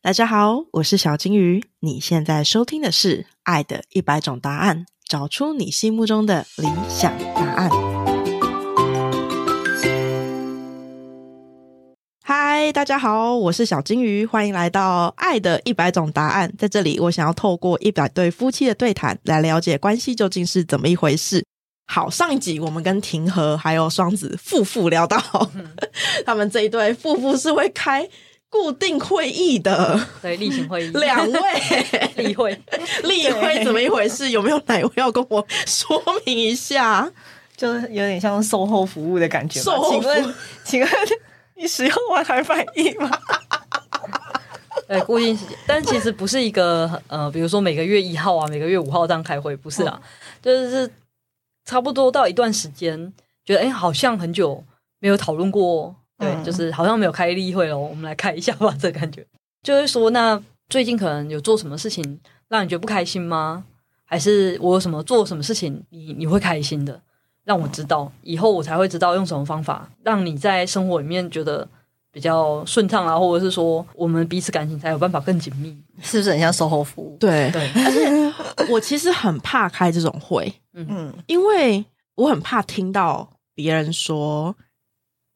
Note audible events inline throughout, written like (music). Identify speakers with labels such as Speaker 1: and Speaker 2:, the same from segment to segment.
Speaker 1: 大家好，我是小金鱼。你现在收听的是《爱的一百种答案》，找出你心目中的理想答案。嗨，大家好，我是小金鱼，欢迎来到《爱的一百种答案》。在这里，我想要透过一百对夫妻的对谈，来了解关系究竟是怎么一回事。好，上一集我们跟庭和还有双子夫妇聊到， (laughs) 他们这一对夫妇是会开固定会议的。
Speaker 2: (laughs) 对，例行会议，
Speaker 1: 两位
Speaker 2: (laughs) 例会，
Speaker 1: 立会怎么一回事？有没有哪位要跟我说明一下？
Speaker 3: 就是有点像售后服务的感觉吧。
Speaker 1: 售后服务
Speaker 3: 请问， (laughs) 请问你使用完还满意吗？
Speaker 2: 对，固定时间，但其实不是一个呃，比如说每个月一号啊，每个月五号这样开会，不是
Speaker 1: 哦
Speaker 2: 啦，就是差不多到一段时间，觉得哎、诶好像很久没有讨论过，对，
Speaker 3: 嗯
Speaker 2: 就是好像没有开例会了，我们来开一下吧， (laughs) 这个感觉，就会说那最近可能有做什么事情让你觉得不开心吗？还是我有什么做什么事情你你会开心的？让我知道，以后我才会知道用什么方法让你在生活里面觉得比较顺畅啊，或者是说我们彼此感情才有办法更紧密。
Speaker 3: 是不是很像售后服务？
Speaker 1: 对，
Speaker 2: 对，
Speaker 1: 我其实很怕开这种会，
Speaker 3: 嗯，
Speaker 1: 因为我很怕听到别人说，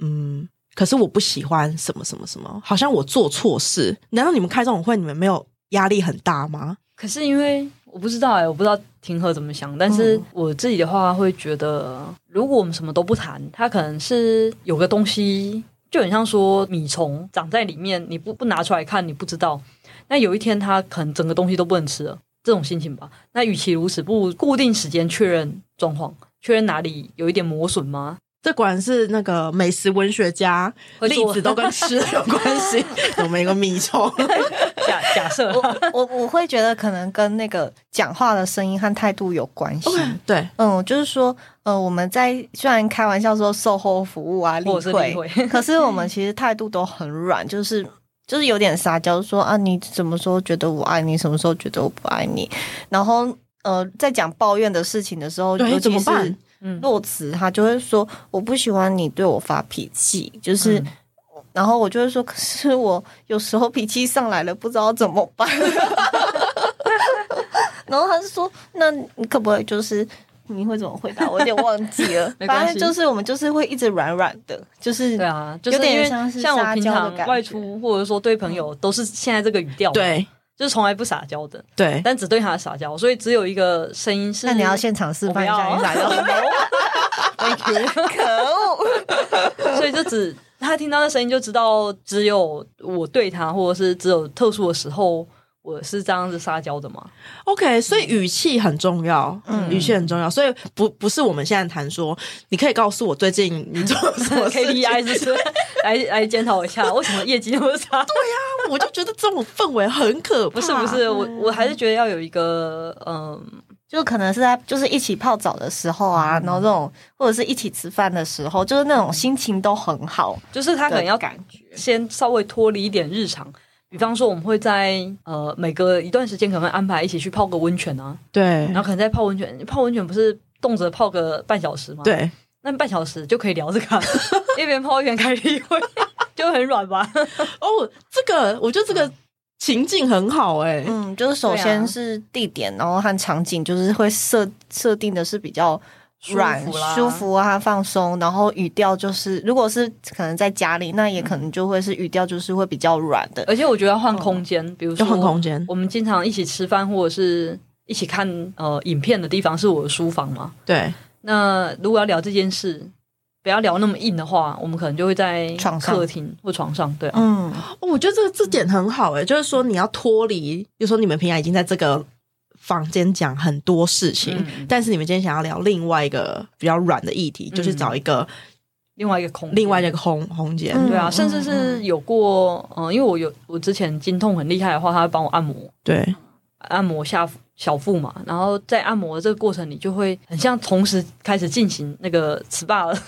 Speaker 1: 嗯，可是我不喜欢什么什么什么，好像我做错事。难道你们开这种会，你们没有压力很大吗？
Speaker 2: 可是因为我不知道哎、我不知道庭和怎么想，但是我自己的话会觉得，如果我们什么都不谈，它可能是有个东西，就很像说米虫长在里面，你不不拿出来看，你不知道。那有一天它可能整个东西都不能吃了，这种心情吧。那与其如此，不如固定时间确认状况，确认哪里有一点磨损吗？
Speaker 1: 这果然是那个美食文学家，
Speaker 2: 会
Speaker 1: 例
Speaker 2: 做
Speaker 1: 子都跟吃的有关
Speaker 2: (laughs)
Speaker 1: 系。我们一个米虫，
Speaker 2: 假假设啦，
Speaker 3: 我我会觉得可能跟那个讲话的声音和态度有关系。
Speaker 1: 对，
Speaker 3: 嗯，就是说，呃，我们在虽然开玩笑说售后服务啊，例
Speaker 2: 或者是例
Speaker 3: 会，
Speaker 2: 会，
Speaker 3: (laughs) 可是我们其实态度都很软，就是就是有点撒娇说啊，你什么时候觉得我爱你，什么时候觉得我不爱你，然后呃，在讲抱怨的事情的时候，
Speaker 1: 对
Speaker 3: 尤
Speaker 1: 怎
Speaker 3: 其
Speaker 1: 么办
Speaker 3: 是
Speaker 2: 嗯
Speaker 3: 洛慈，他就会说我不喜欢你对我发脾气，就是。
Speaker 2: 嗯。
Speaker 3: 然后我就会说，可是我有时候脾气上来了，不知道怎么办。然后他就说：“那你可不可以就是你会怎么回答？我有点忘记了
Speaker 2: (laughs) 没关系
Speaker 3: 反正就是我们就是会一直软软的，就是
Speaker 2: 对啊，就是
Speaker 3: 有点
Speaker 2: 因为
Speaker 3: 像是
Speaker 2: 像我
Speaker 3: 撒
Speaker 2: 平
Speaker 3: 娇的
Speaker 2: 常
Speaker 3: 感
Speaker 2: 外
Speaker 3: 觉嗯
Speaker 2: 出或者说对朋友都是现在这个语调，，
Speaker 1: 对，
Speaker 2: 就是从来不撒娇的，
Speaker 1: 对，
Speaker 2: 但只对他撒娇，所以只有一个声音是
Speaker 3: 那你要现场示范一下
Speaker 2: 我
Speaker 3: 你
Speaker 2: 不
Speaker 3: 撒娇
Speaker 2: 要 (laughs)
Speaker 3: 什么？
Speaker 2: ，Thank you，
Speaker 3: 可
Speaker 2: (laughs)
Speaker 3: 恶！
Speaker 2: 所以就只他听到那声音就知道只有我对他，或者是只有特殊的时候我是这样子撒娇的
Speaker 3: (laughs)
Speaker 2: 嘛，
Speaker 1: OK，所以语气很重要，
Speaker 3: 嗯
Speaker 1: 语气很重要，所以不不是我们现在谈说，你可以告诉我最近你做了什么
Speaker 2: (laughs)
Speaker 1: 事情
Speaker 2: KPI 是不是来来检讨一下为什么业绩那么
Speaker 1: (laughs)
Speaker 2: 差？
Speaker 3: 啊
Speaker 1: 我就觉得这种氛围很可怕。
Speaker 2: 不是不是，我
Speaker 3: 嗯
Speaker 2: 我还是觉得要有一个嗯，
Speaker 3: (laughs) 就可能是在就是一起泡澡的时候啊，然后这种或者是一起吃饭的时候，就是那种心情都很好。
Speaker 2: 就是他可能要
Speaker 3: 感觉
Speaker 2: 先稍微脱离一点日常。比方说，我们会在呃每隔一段时间可能会安排一起去泡个温泉啊，
Speaker 1: 对
Speaker 2: 然后可能在泡温泉，泡温泉不是动辄泡个半小时吗？，
Speaker 1: 对，
Speaker 2: 那半小时就可以聊这个啊， (laughs) 一边泡一边开例会， (laughs) 就很软吧？
Speaker 1: 哦，这个我觉得这
Speaker 2: 嗯
Speaker 1: 个情境很好哎、
Speaker 3: 嗯，就是首
Speaker 2: 对啊
Speaker 3: 先是地点，然后和场景，就是会设设定的是比较
Speaker 2: 舒服啦
Speaker 3: 软、舒服啊、放松，然后语调就是，如果是可能在家里，那
Speaker 2: 嗯
Speaker 3: 也可能就会是语调就是会比较软的。
Speaker 2: 而且我觉哦得要换空间，比如说
Speaker 1: 要换空间
Speaker 2: 我们经常一起吃饭或者是一起看呃影片的地方是我的书房嘛。
Speaker 1: 对
Speaker 2: 那如果要聊这件事，不要聊那么硬的话，我们可能就会在
Speaker 3: 床上
Speaker 2: 客厅或床上，对啊。
Speaker 3: 嗯，
Speaker 1: 哦我觉得这这点很好哎、就是说你要脱离，就说你们平常已经在这个房间讲很多事情，
Speaker 2: 嗯
Speaker 1: 但是你们今天想要聊另外一个比较软的议题，就是
Speaker 2: 嗯
Speaker 1: 找一个
Speaker 2: 另外一个空间，
Speaker 1: 另外一个空空间，
Speaker 3: 嗯
Speaker 2: 对啊，甚至是有过，嗯、因为我有我之前经痛很厉害的话，他会帮我按摩，
Speaker 1: 对
Speaker 2: 按摩下腹小腹嘛，然后在按摩的这个过程，你就会很像同时开始进行那个 SPA 的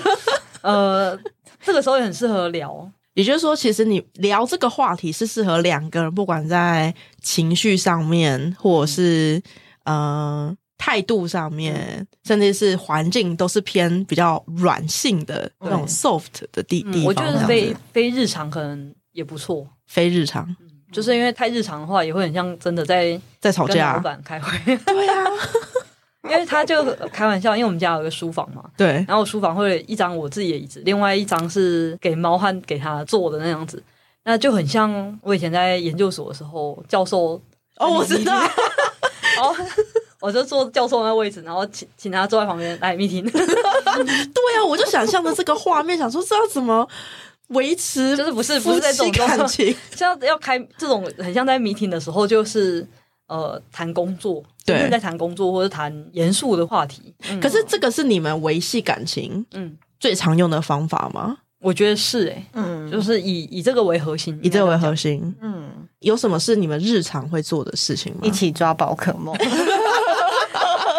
Speaker 2: (laughs) 呃，这个时候也很适合聊，
Speaker 1: 也就是说，其实你聊这个话题是适合两个人，不管在情绪上面，或者是呃态度上面，甚至是环境，都是偏比较软性的那种 soft 的地地
Speaker 2: 嗯
Speaker 1: 方。
Speaker 2: 我觉
Speaker 1: 这
Speaker 2: 得
Speaker 1: 样
Speaker 2: 非
Speaker 1: 子
Speaker 2: 非日常可能也不错，
Speaker 1: 非日常，
Speaker 2: 嗯就是因为太日常的话，也会很像真的在
Speaker 1: 在吵
Speaker 2: 跟老
Speaker 1: 架，
Speaker 2: 板开会， (laughs)
Speaker 1: 对啊，
Speaker 2: 因为他就开玩笑，因为我们家有个书房嘛，
Speaker 1: 对，
Speaker 2: 然后我书房会有一张我自己的椅子，另外一张是给猫和给他坐的那样子，那就很像我以前在研究所的时候，教授
Speaker 1: 哦，我知道，
Speaker 2: 然后我就坐教授那位置，然后请请他坐在旁边来
Speaker 1: (laughs)
Speaker 2: meeting，(laughs)
Speaker 1: 对啊，我就想象的这个画面，想说这要怎么维持，
Speaker 2: 就是不是不是在这种状
Speaker 1: 感
Speaker 2: 况嗯
Speaker 1: 情，
Speaker 2: (laughs) 像要开这种很像在 meeting 的时候，就是呃谈工作，
Speaker 1: 对
Speaker 2: 就是在谈工作或者谈严肃的话题。嗯
Speaker 1: 可是这个是你们维系感情
Speaker 2: 嗯，
Speaker 1: 最常用的方法吗？
Speaker 2: 我觉得是哎、
Speaker 3: 嗯，
Speaker 2: 就是以以这个为核心，
Speaker 1: 以这为核
Speaker 2: 心。
Speaker 1: 心，
Speaker 3: 嗯，
Speaker 1: 有什么是你们日常会做的事情吗？
Speaker 3: 一起抓宝可梦。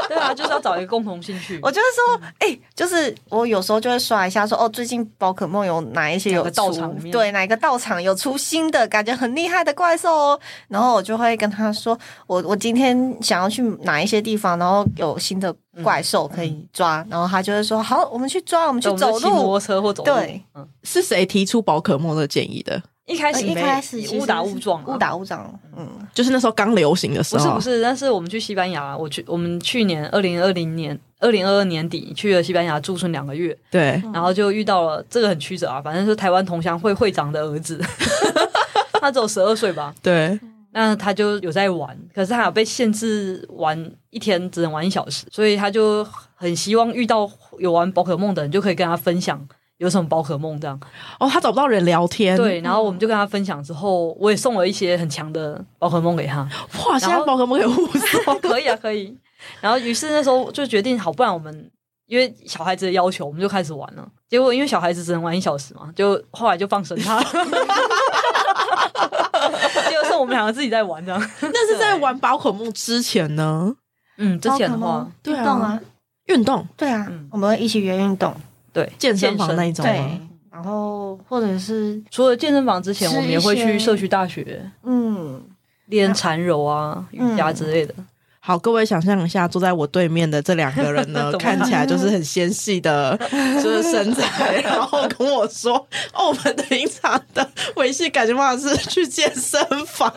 Speaker 2: 对啊，就是要找一个共同兴趣。
Speaker 3: (laughs) 我就是说，
Speaker 2: 嗯
Speaker 3: 哎、就是我有时候就会刷一下说哦，最近宝可梦有哪一些有
Speaker 2: 哪个
Speaker 3: 出
Speaker 2: 道场里面
Speaker 3: 对，哪一个道场有出新的，感觉很厉害的怪兽哦。然后我就会跟他说，我我今天想要去哪一些地方，然后有新的怪兽可以抓，然后他就会说好，我们去抓，我们去
Speaker 2: 嗯对我们就
Speaker 3: 走
Speaker 2: 骑摩
Speaker 3: 路。
Speaker 2: 托车或走路。
Speaker 3: 对，
Speaker 2: 嗯，
Speaker 1: 是谁提出宝可梦的建议的？
Speaker 2: 一开
Speaker 3: 呃
Speaker 2: 始
Speaker 3: 一
Speaker 2: 没
Speaker 3: 开始其实
Speaker 2: 误打误撞啊，
Speaker 3: 误打误撞，嗯，
Speaker 1: 就是那时候刚流行的时
Speaker 2: 不是
Speaker 1: 候，
Speaker 2: 不是，但是我们去西班牙，我去我们去年二零二零年二零二二年底去了西班牙驻村两个月，
Speaker 1: 对，
Speaker 3: 嗯
Speaker 2: 然后就遇到了这个很曲折啊，反正是台湾同乡会会长的儿子， (laughs) 他只有十二岁吧，
Speaker 1: 对，
Speaker 3: 嗯
Speaker 2: 那他就有在玩，可是他有被限制玩一天只能玩一小时，所以他就很希望遇到有玩宝可梦的人就可以跟他分享。有什么宝可梦这样？
Speaker 1: 哦，他找不到人聊天，
Speaker 2: 对，，然后我们就跟他分享之后，我也送了一些很强的宝可梦给他。，
Speaker 1: 哇，现在宝可梦给互送
Speaker 2: (laughs) 可以啊，可以。然后于是那时候就决定，好，不然我们因为小孩子的要求，我们就开始玩了。结果因为小孩子只能玩一小时嘛，就后来就放生
Speaker 3: (laughs)
Speaker 2: 他。结果是我们两个自己在玩这样。
Speaker 1: 那是在玩宝可梦之前呢，
Speaker 2: 嗯，之前的
Speaker 3: 宝可
Speaker 2: 话
Speaker 3: 梦，
Speaker 1: 对啊
Speaker 3: 运动啊，
Speaker 1: 运动
Speaker 3: 对啊，
Speaker 2: 嗯
Speaker 3: 我们会一起约运动，
Speaker 2: 对
Speaker 1: 健身房那一种
Speaker 3: 对
Speaker 1: 吗？，
Speaker 3: 然后或者是
Speaker 2: 除了健身房之前，
Speaker 3: 吃
Speaker 2: 我们也会
Speaker 3: 一些
Speaker 2: 去社区大学
Speaker 3: 嗯，
Speaker 2: 练缠柔啊、瑜伽之类的。
Speaker 1: 好，各位想象一下，坐在我对面的这两个人 (laughs) 呢，
Speaker 2: 怎么
Speaker 1: 看起来就是很纤细的，就是身 (laughs) 材，然后跟我说，哦，我们平常的维系感情方法是去健身房，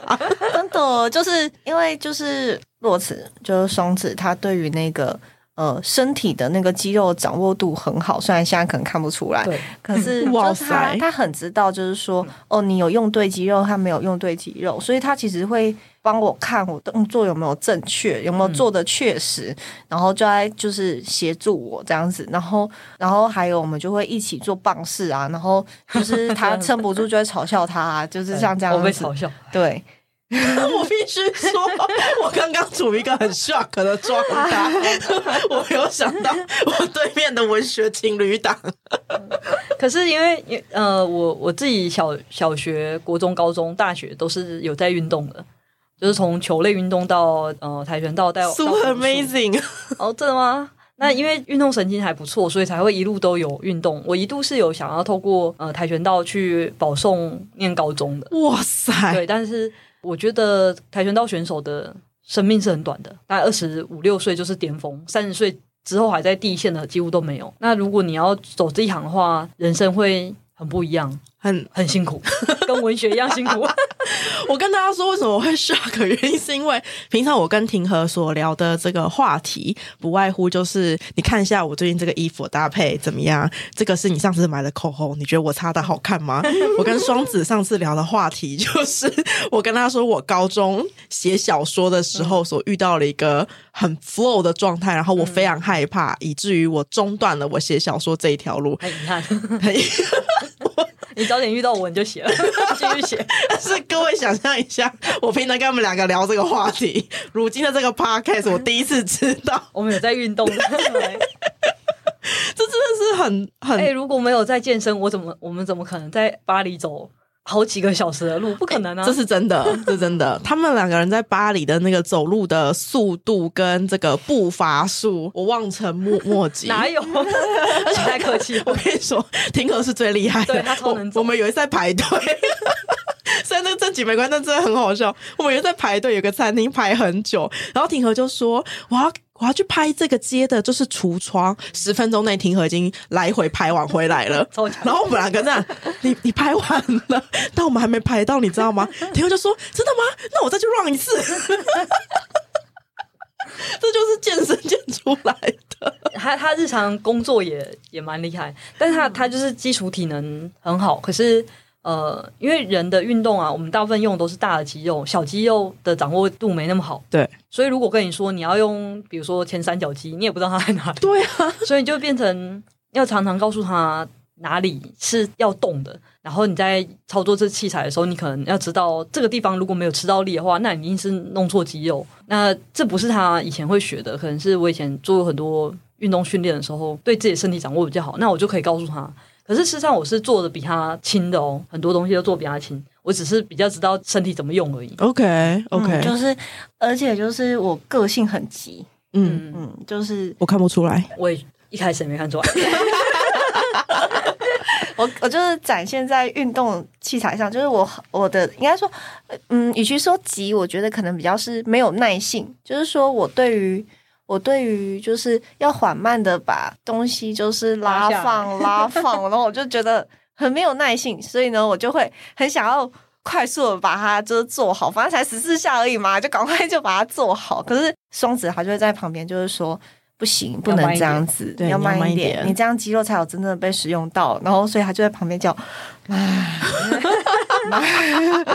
Speaker 3: 真的，就是因为就是洛慈，就是双子，他对于那个呃身体的那个肌肉掌握度很好，虽然现在可能看不出来，
Speaker 2: 对，(laughs)
Speaker 3: 可是
Speaker 1: 嗯哇
Speaker 3: 就是他
Speaker 1: 塞
Speaker 3: 他很知道，就是说哦，你有用对肌肉，他没有用对肌肉，所以他其实会帮我看我动作有没有正确，有没有做的确实，然后就来就是协助我这样子，然后然后还有我们就会一起做棒式啊，然后就是他撑不住就会嘲笑他、啊，就是像这
Speaker 2: (laughs)
Speaker 3: 样
Speaker 2: 我被
Speaker 3: 子，
Speaker 2: 嘲笑。
Speaker 3: 对。
Speaker 1: (laughs) 我必须说，我刚刚处于一个很 shock 的状态，我没有想到我对面的文学情侣档，
Speaker 2: 可是因为呃，我我自己小小学、国中、高中、大学都是有在运动的，就是从球类运动到呃跆拳道到
Speaker 1: super
Speaker 2: 到武术
Speaker 1: amazing，
Speaker 2: 哦，真的吗？那因为运动神经还不错，所以才会一路都有运动。我一度是有想要透过呃跆拳道去保送念高中的，
Speaker 1: 哇塞，
Speaker 2: 对，但是我觉得跆拳道选手的生命是很短的，大概二十五六岁就是巅峰，三十岁之后还在第一线的几乎都没有。那如果你要走这一行的话，人生会很不一样，
Speaker 1: 很，
Speaker 2: 很
Speaker 1: (laughs)
Speaker 2: 辛苦，跟文学一样辛苦。
Speaker 1: 我跟大家说为什么我会 shock，原因是因为平常我跟庭和所聊的这个话题，不外乎就是你看一下我最近这个衣服的搭配怎么样，这个是你上次买的口红，你觉得我擦的好看吗？我跟双子上次聊的话题就是，我跟他说我高中写小说的时候所遇到了一个很 flow 的状态，然后我非常害怕，以至于我中断了我写小说这一条路。 (laughs)
Speaker 2: 很遗憾， (laughs) 你早点遇到我你就
Speaker 1: (laughs)
Speaker 2: 写了，继续写。
Speaker 1: 但是各位想象一下，我平常跟他们两个聊这个话题，如今的这个 podcast，我第一次知道， (laughs)
Speaker 2: 我们有在运动的。
Speaker 1: 这真的是很
Speaker 2: 哎、
Speaker 1: 很。
Speaker 2: 如果没有在健身，我怎么我们怎么可能在巴黎走好几个小时的路？不可能啊！
Speaker 1: 这是真的，这是真的。他们两个人在巴黎的那个走路的速度跟这个步伐数，我望尘莫莫及。
Speaker 2: (laughs)
Speaker 1: (laughs)
Speaker 2: 哪有？你太客气了
Speaker 1: 我。跟你说，婷可是最厉害的，
Speaker 2: 对他超能
Speaker 1: 我
Speaker 2: 走
Speaker 1: 我们有一次在排队， (laughs) 虽然那个正经没关，但真的很好笑。我们有一次在排队，有个餐厅排很久，然后婷可就说：“我要。”我要去拍这个街的，就是橱窗，十分钟内庭和已经来回拍完回来
Speaker 2: (laughs)
Speaker 1: 了
Speaker 2: 超强。
Speaker 1: 然后我们两个这样，你你拍完了，但我们还没拍到，你知道吗？庭和就说：“真的吗？那我再去 run 一次。” (laughs) 这就是健身健出来的，
Speaker 2: 他他日常工作也也蛮厉害，但是他他就是基础体能很好，可是呃，因为人的运动啊，我们大部分用的都是大的肌肉，小肌肉的掌握度没那么好，
Speaker 1: 对
Speaker 2: 所以如果跟你说你要用，比如说前三角肌，你也不知道它在哪里，
Speaker 1: 对啊，
Speaker 2: 所以就变成要常常告诉他哪里是要动的，然后你在操作这器材的时候，你可能要知道这个地方如果没有吃到力的话，那你一定是弄错肌肉。那这不是他以前会学的，可能是我以前做过很多运动训练的时候，对自己的身体掌握比较好，那我就可以告诉他。可是事实上，我是做的比他轻的哦，很多东西都做比他轻，我只是比较知道身体怎么用而已。
Speaker 1: OK OK，
Speaker 3: 嗯就是而且就是我个性很急，
Speaker 1: 嗯，
Speaker 2: 嗯，
Speaker 3: 嗯，就是
Speaker 1: 我看不出来，
Speaker 2: 我也一开始也没看出来。 (laughs)
Speaker 3: 我我就是展现在运动器材上，就是我我的应该说，呃嗯，与其说急，我觉得可能比较是没有耐性，就是说我对于我对于就是要缓慢的把东西就是
Speaker 2: 拉
Speaker 3: 拉
Speaker 2: 下来
Speaker 3: 放拉放，然后我就觉得很没有耐性，所以呢，我就会很想要。快速的把它就是做好，反正才十四下而已嘛，就赶快就把它做好。可是双子他就会在旁边，就是说不行，不能这样子，
Speaker 1: 对
Speaker 3: 要
Speaker 1: 你要慢
Speaker 3: 慢
Speaker 1: 一
Speaker 3: 一点
Speaker 1: 点，
Speaker 3: 你这样肌肉才有真正的被使用到。然后，所以他就在旁边叫，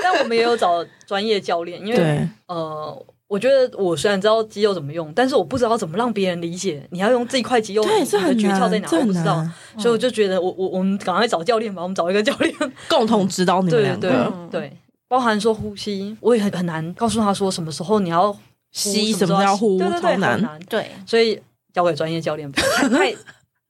Speaker 2: 但我们也有找专业教练，因为
Speaker 1: 对，
Speaker 2: 呃，我觉得我虽然知道肌肉怎么用，但是我不知道怎么让别人理解你要用这一块肌肉，
Speaker 1: 对
Speaker 2: 你
Speaker 1: 这
Speaker 2: 的
Speaker 1: 很
Speaker 2: 诀
Speaker 1: 难
Speaker 2: 窍在哪？
Speaker 1: 这
Speaker 2: 我
Speaker 1: 很
Speaker 2: 不知道
Speaker 1: 难，嗯
Speaker 2: 所以我就觉得我我我们赶快找教练吧，我们找一个教练，
Speaker 1: 共同指导你们
Speaker 2: 对
Speaker 1: 两
Speaker 2: 对
Speaker 1: 个
Speaker 3: 嗯
Speaker 2: 对，包含说呼吸，我也很很难告诉他说什么时候你要呼
Speaker 1: 吸
Speaker 2: 什
Speaker 1: 什么叫呼，
Speaker 2: 对对对，
Speaker 1: 超
Speaker 2: 很
Speaker 1: 难，
Speaker 2: 难，
Speaker 3: 对，
Speaker 2: 所以交给专业教练吧，太太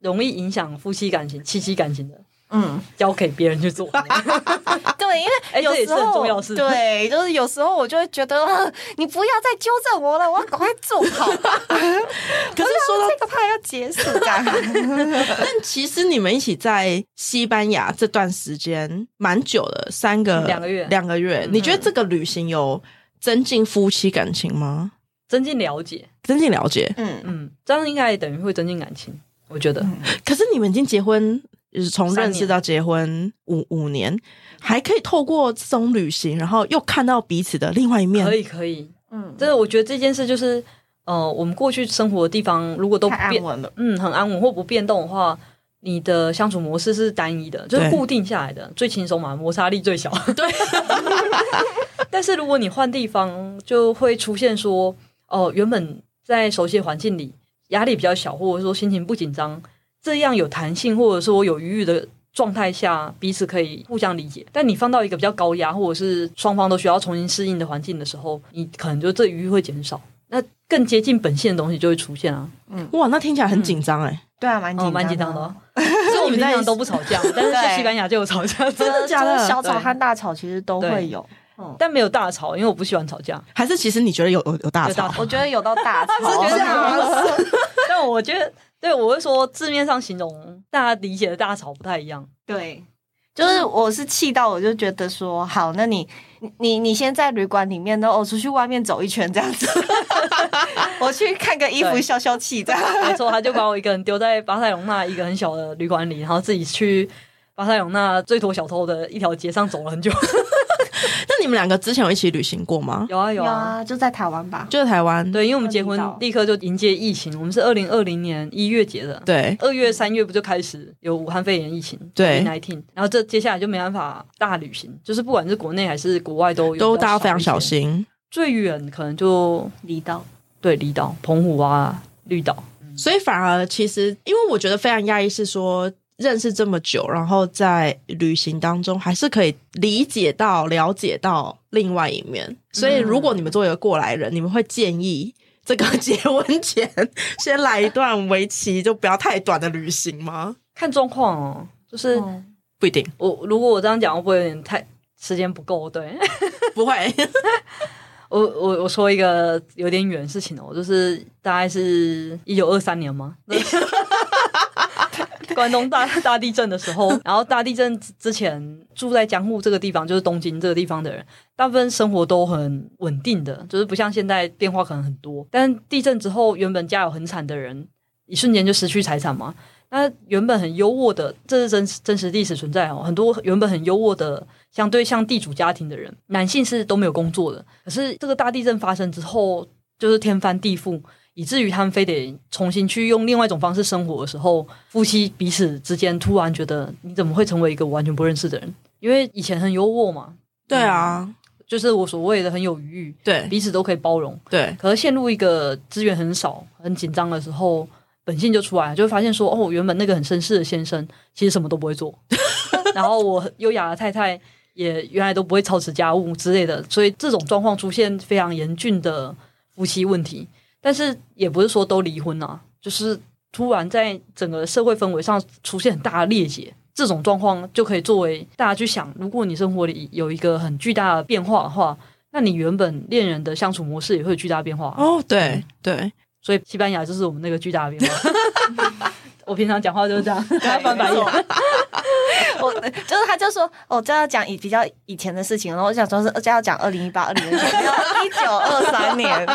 Speaker 2: 容易影响夫妻感情、妻妻感情的，
Speaker 3: 嗯，啊
Speaker 2: 交给别人
Speaker 1: (laughs)
Speaker 2: 去做。
Speaker 3: 对，因
Speaker 2: 哎
Speaker 3: 为有
Speaker 2: 这也
Speaker 3: 时
Speaker 2: 是很
Speaker 3: 候、
Speaker 2: 重要的事
Speaker 3: 对，就是有时候我就会觉得，呃你不要再纠正我了，我要赶快做 (laughs) 好，
Speaker 1: 可是说到
Speaker 3: 这个怕要结束这 (laughs) 样。
Speaker 1: 但其实你们一起在西班牙这段时间蛮久的，三个
Speaker 2: 两个月嗯
Speaker 1: 两个月。你觉得这个旅行有增进夫妻感情吗？
Speaker 2: 增进了解，
Speaker 1: 增进了解。
Speaker 3: 嗯，
Speaker 2: 嗯，这样应该等于会增进感情，我觉得。
Speaker 1: 可是你们已经结婚，就是从
Speaker 2: 三
Speaker 1: 认
Speaker 2: 年
Speaker 1: 识到结婚五五年，还可以透过这种旅行，然后又看到彼此的另外一面
Speaker 2: 可。以可以，
Speaker 3: 嗯，
Speaker 2: 这我觉得这件事就是，呃，我们过去生活的地方如果都不
Speaker 3: 太安
Speaker 2: 变，
Speaker 3: 稳了。
Speaker 2: 嗯，很安稳或不变动的话，你的相处模式是单一的，就
Speaker 1: 对
Speaker 2: 是固定下来的，最轻松嘛，摩擦力最小。对。但是如果你换地方，就会出现说，哦、原本在熟悉的环境里，压力比较小，或者说心情不紧张，这样有弹性，或者说有余裕的。状态下，彼此可以互相理解。但你放到一个比较高压，或者是双方都需要重新适应的环境的时候，你可能就这余裕会减少，那更接近本性的东西就会出现啊。
Speaker 1: (laughs) 哇，那听起来很紧张哎，
Speaker 3: 对啊，蛮紧
Speaker 2: 哦，
Speaker 3: 张，
Speaker 2: 蛮紧张的。哦。所以我们平常都不吵架，但是去
Speaker 3: 对
Speaker 2: 西班牙就有吵架，
Speaker 3: 真的
Speaker 1: 假的
Speaker 3: 小吵和大吵其实都会有，
Speaker 2: 但没有大吵，因为我不喜欢吵架。
Speaker 1: 还是其实你觉得有有有大
Speaker 2: 有大
Speaker 1: 吵？
Speaker 2: 吵
Speaker 3: 我觉得有到大吵。
Speaker 2: 是这样吗
Speaker 3: (laughs) 是
Speaker 2: 但我觉得，对我会说字面上形容大家理解的大吵不太一样。
Speaker 3: 对，就是我是气到，我就觉得说，好，那你你你你先在旅馆里面，然后我出去外面走一圈这样子， (laughs) 我去看个衣服
Speaker 2: 对
Speaker 3: 消消气这样。
Speaker 2: 没错，他就把我一个人丢在巴塞隆纳一个很小的旅馆里，然后自己去巴塞隆纳最多小偷的一条街上走了很久。 (laughs)
Speaker 1: 那你们两个之前有一起旅行过吗？
Speaker 2: 有啊有
Speaker 3: 有
Speaker 2: 啊。
Speaker 3: 啊，就在台湾吧。
Speaker 1: 就是台湾，
Speaker 2: 对，因为我们结婚
Speaker 3: 那你到
Speaker 2: 立刻就迎接疫情，我们是二零二零年一月结的，
Speaker 1: 对
Speaker 2: 二月、三月不就开始有武汉肺炎疫情，
Speaker 1: 对
Speaker 2: nineteen，然后这接下来就没办法大旅行，就是不管是国内还是国外都有
Speaker 1: 都
Speaker 2: 比较
Speaker 1: 大家非常
Speaker 2: 一些
Speaker 1: 小。心。
Speaker 2: 最远可能就
Speaker 3: 离岛，
Speaker 2: 对离岛、澎湖啊、绿岛，
Speaker 1: 所以反而其实，因为我觉得非常讶异，是说认识这么久，然后在旅行当中还是可以理解到、了解到另外一
Speaker 2: 嗯
Speaker 1: 面。所以如果你们作为一个过来人，你们会建议这个结婚前先来一段为期就不要太短的旅行吗？
Speaker 2: 看状况哦。就是
Speaker 3: 嗯
Speaker 1: 不一定，
Speaker 2: 我如果我这样讲，会不会有点太时间不够？对
Speaker 1: 不
Speaker 2: (laughs)
Speaker 1: 会。
Speaker 2: 我我我说一个有点远的事情哦，就是大概是一九二三年吗？ (laughs) 关东大大地震的时候，然后大地震之之前住在江户这个地方，就是东京这个地方的人，大部分生活都很稳定的，就是不像现在变化可能很多。但地震之后，原本家有很惨的人，一瞬间就失去财产嘛。那原本很优渥的，这是真真实历史存在哦。很多原本很优渥的，相对像地主家庭的人，男性是都没有工作的。可是这个大地震发生之后，就是天翻地覆，以至于他们非得重新去用另外一种方式生活的时候，夫妻彼此之间突然觉得，你怎么会成为一个我完全不认识的人？因为以前很优渥嘛，
Speaker 1: 对啊，
Speaker 2: 嗯就是我所谓的很有余裕，
Speaker 1: 对
Speaker 2: 彼此都可以包容。
Speaker 1: 对，
Speaker 2: 可是陷入一个资源很少、很紧张的时候，本性就出来了，就会发现说，哦，原本那个很绅士的先生，其实什么都不会做， (laughs) 然后我很优雅的太太也原来都不会操持家务之类的，所以这种状况出现非常严峻的夫妻问题。但是也不是说都离婚啊，就是突然在整个社会氛围上出现很大的裂解。这种状况就可以作为大家去想，如果你生活里有一个很巨大的变化的话，那你原本恋人的相处模式也会有巨大变化、啊。
Speaker 1: 哦，对
Speaker 2: (laughs)
Speaker 1: 对，
Speaker 2: 所以西班牙就是我们那个巨大的变化。
Speaker 1: (laughs)
Speaker 2: 我平常讲话就是这样，大家翻白
Speaker 3: 没
Speaker 2: 眼
Speaker 3: 错。 (laughs) 我就是他就说，哦，这要讲以比较以前的事情，然后我想说是这要讲二零一八、二零一九、一九二三年，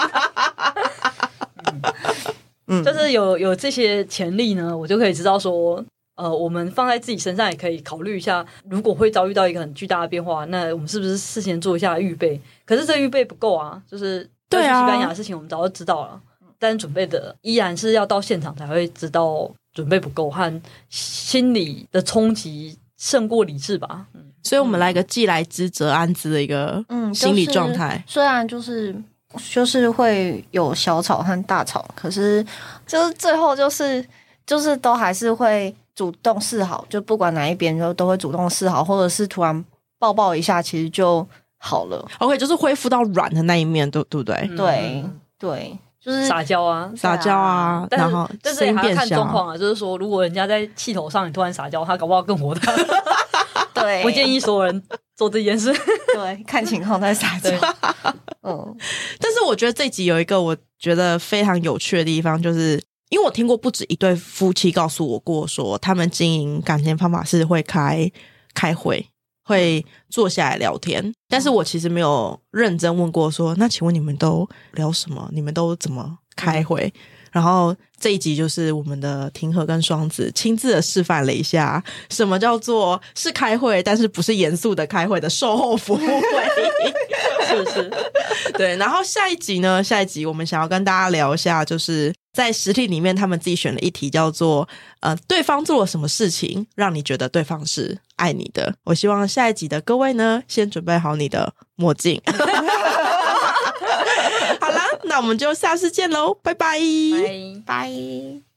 Speaker 2: 就是有有这些潜力呢，我就可以知道说，呃，我们放在自己身上也可以考虑一下，如果会遭遇到一个很巨大的变化，那我们是不是事先做一下预备？可是这预备不够啊，就是
Speaker 1: 对啊
Speaker 2: 关于西班牙的事情我们早就知道了，但准备的依然是要到现场才会知道准备不够和心理的冲击胜过理智吧。嗯
Speaker 1: (laughs) 所以我们来个既来之则安之的一个
Speaker 3: 嗯，
Speaker 1: 心理状态。。
Speaker 3: 虽然就是就是会有小吵和大吵，可是就是最后就是就是都还是会主动示好，就不管哪一边就都会主动示好，或者是突然抱抱一下，其实就好了。
Speaker 1: OK，就是恢复到软的那一面，对对不对？
Speaker 3: 对、对，就是
Speaker 2: 嗯撒娇啊，
Speaker 1: 嗯撒娇啊，
Speaker 2: 但
Speaker 1: 然
Speaker 2: 是
Speaker 1: 后
Speaker 2: 但是
Speaker 1: 声
Speaker 2: 也
Speaker 1: 音
Speaker 2: 还要
Speaker 1: 变
Speaker 2: 看
Speaker 1: 小
Speaker 2: 状
Speaker 1: 啊。
Speaker 2: 况啊，就是说，如果人家在气头上，你突然撒娇，他搞不好更火大。 (laughs)
Speaker 3: 对，
Speaker 2: 我建
Speaker 3: 议
Speaker 2: 议所有人做这件事。
Speaker 3: 对看情况再撒娇。嗯，
Speaker 1: 但是我觉得这集有一个我觉得非常有趣的地方，就是因为我听过不止一对夫妻告诉我过说，他们经营感情方法是会开开会，会坐下来聊天。但是我其实没有认真问过说，那请问你们都聊什么？你们都怎么开会？然后这一集就是我们的庭和跟双子亲自的示范了一下，什么叫做是开会，但是不是严肃的开会的售后服务会。
Speaker 2: 是不 (laughs) 是？
Speaker 1: (laughs) 对，然后下一集呢？下一集我们想要跟大家聊一下，就是在实体里面他们自己选了一题，叫做呃，对方做了什么事情让你觉得对方是爱你的？我希望下一集的各位呢，先准备好你的墨镜。 (laughs) 好啦，那我们就下次见喽，拜拜
Speaker 2: 拜。
Speaker 3: 拜。